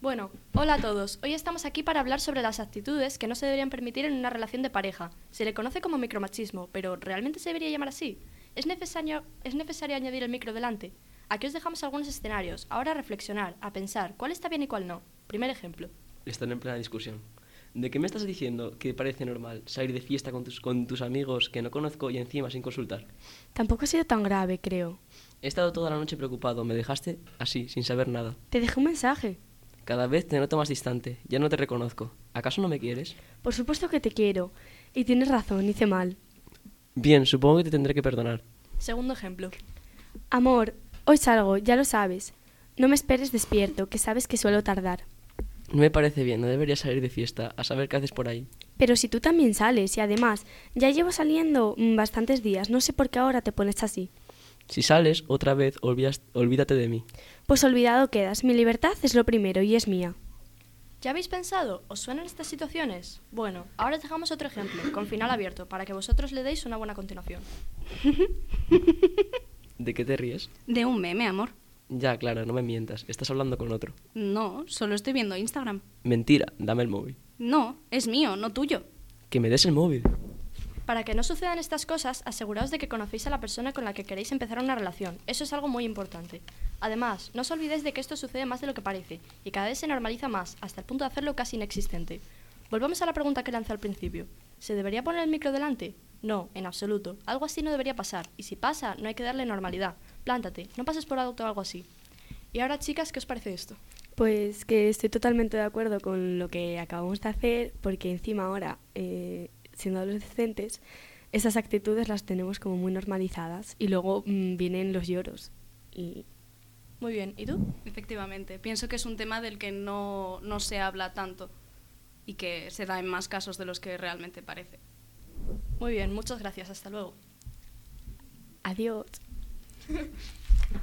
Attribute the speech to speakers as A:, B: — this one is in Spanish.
A: Bueno, hola a todos. Hoy estamos aquí para hablar sobre las actitudes que no se deberían permitir en una relación de pareja. Se le conoce como micromachismo, pero ¿realmente se debería llamar así? ¿Es necesario, es necesario añadir el micro delante? Aquí os dejamos algunos escenarios. Ahora a reflexionar, a pensar cuál está bien y cuál no. Primer ejemplo.
B: Están en plena discusión. ¿De qué me estás diciendo que parece normal salir de fiesta con tus, con tus amigos que no conozco y encima sin consultar?
C: Tampoco ha sido tan grave, creo.
B: He estado toda la noche preocupado, me dejaste así, sin saber nada.
C: Te dejé un mensaje.
B: Cada vez te noto más distante, ya no te reconozco. ¿Acaso no me quieres?
C: Por supuesto que te quiero. Y tienes razón, hice mal.
B: Bien, supongo que te tendré que perdonar.
A: Segundo ejemplo.
C: Amor, hoy salgo, ya lo sabes. No me esperes despierto, que sabes que suelo tardar.
B: No me parece bien, no deberías salir de fiesta, a saber qué haces por ahí.
C: Pero si tú también sales y además ya llevo saliendo mm, bastantes días, no sé por qué ahora te pones así.
B: Si sales otra vez, olvidas- olvídate de mí.
C: Pues olvidado quedas, mi libertad es lo primero y es mía.
A: ¿Ya habéis pensado? ¿Os suenan estas situaciones? Bueno, ahora os dejamos otro ejemplo, con final abierto, para que vosotros le deis una buena continuación.
B: ¿De qué te ríes?
D: De un meme, amor.
B: Ya, Clara, no me mientas, estás hablando con otro.
D: No, solo estoy viendo Instagram.
B: Mentira, dame el móvil.
D: No, es mío, no tuyo.
B: Que me des el móvil.
A: Para que no sucedan estas cosas, aseguraos de que conocéis a la persona con la que queréis empezar una relación. Eso es algo muy importante. Además, no os olvidéis de que esto sucede más de lo que parece, y cada vez se normaliza más, hasta el punto de hacerlo casi inexistente. Volvamos a la pregunta que lancé al principio. ¿Se debería poner el micro delante? No, en absoluto. Algo así no debería pasar, y si pasa, no hay que darle normalidad. Plántate, no pases por alto algo así. Y ahora, chicas, ¿qué os parece esto?
C: Pues que estoy totalmente de acuerdo con lo que acabamos de hacer, porque encima ahora, eh, siendo adolescentes, esas actitudes las tenemos como muy normalizadas y luego mm, vienen los lloros. Y
A: Muy bien, ¿y tú?
D: Efectivamente, pienso que es un tema del que no, no se habla tanto y que se da en más casos de los que realmente parece.
A: Muy bien, muchas gracias, hasta luego.
C: adiós.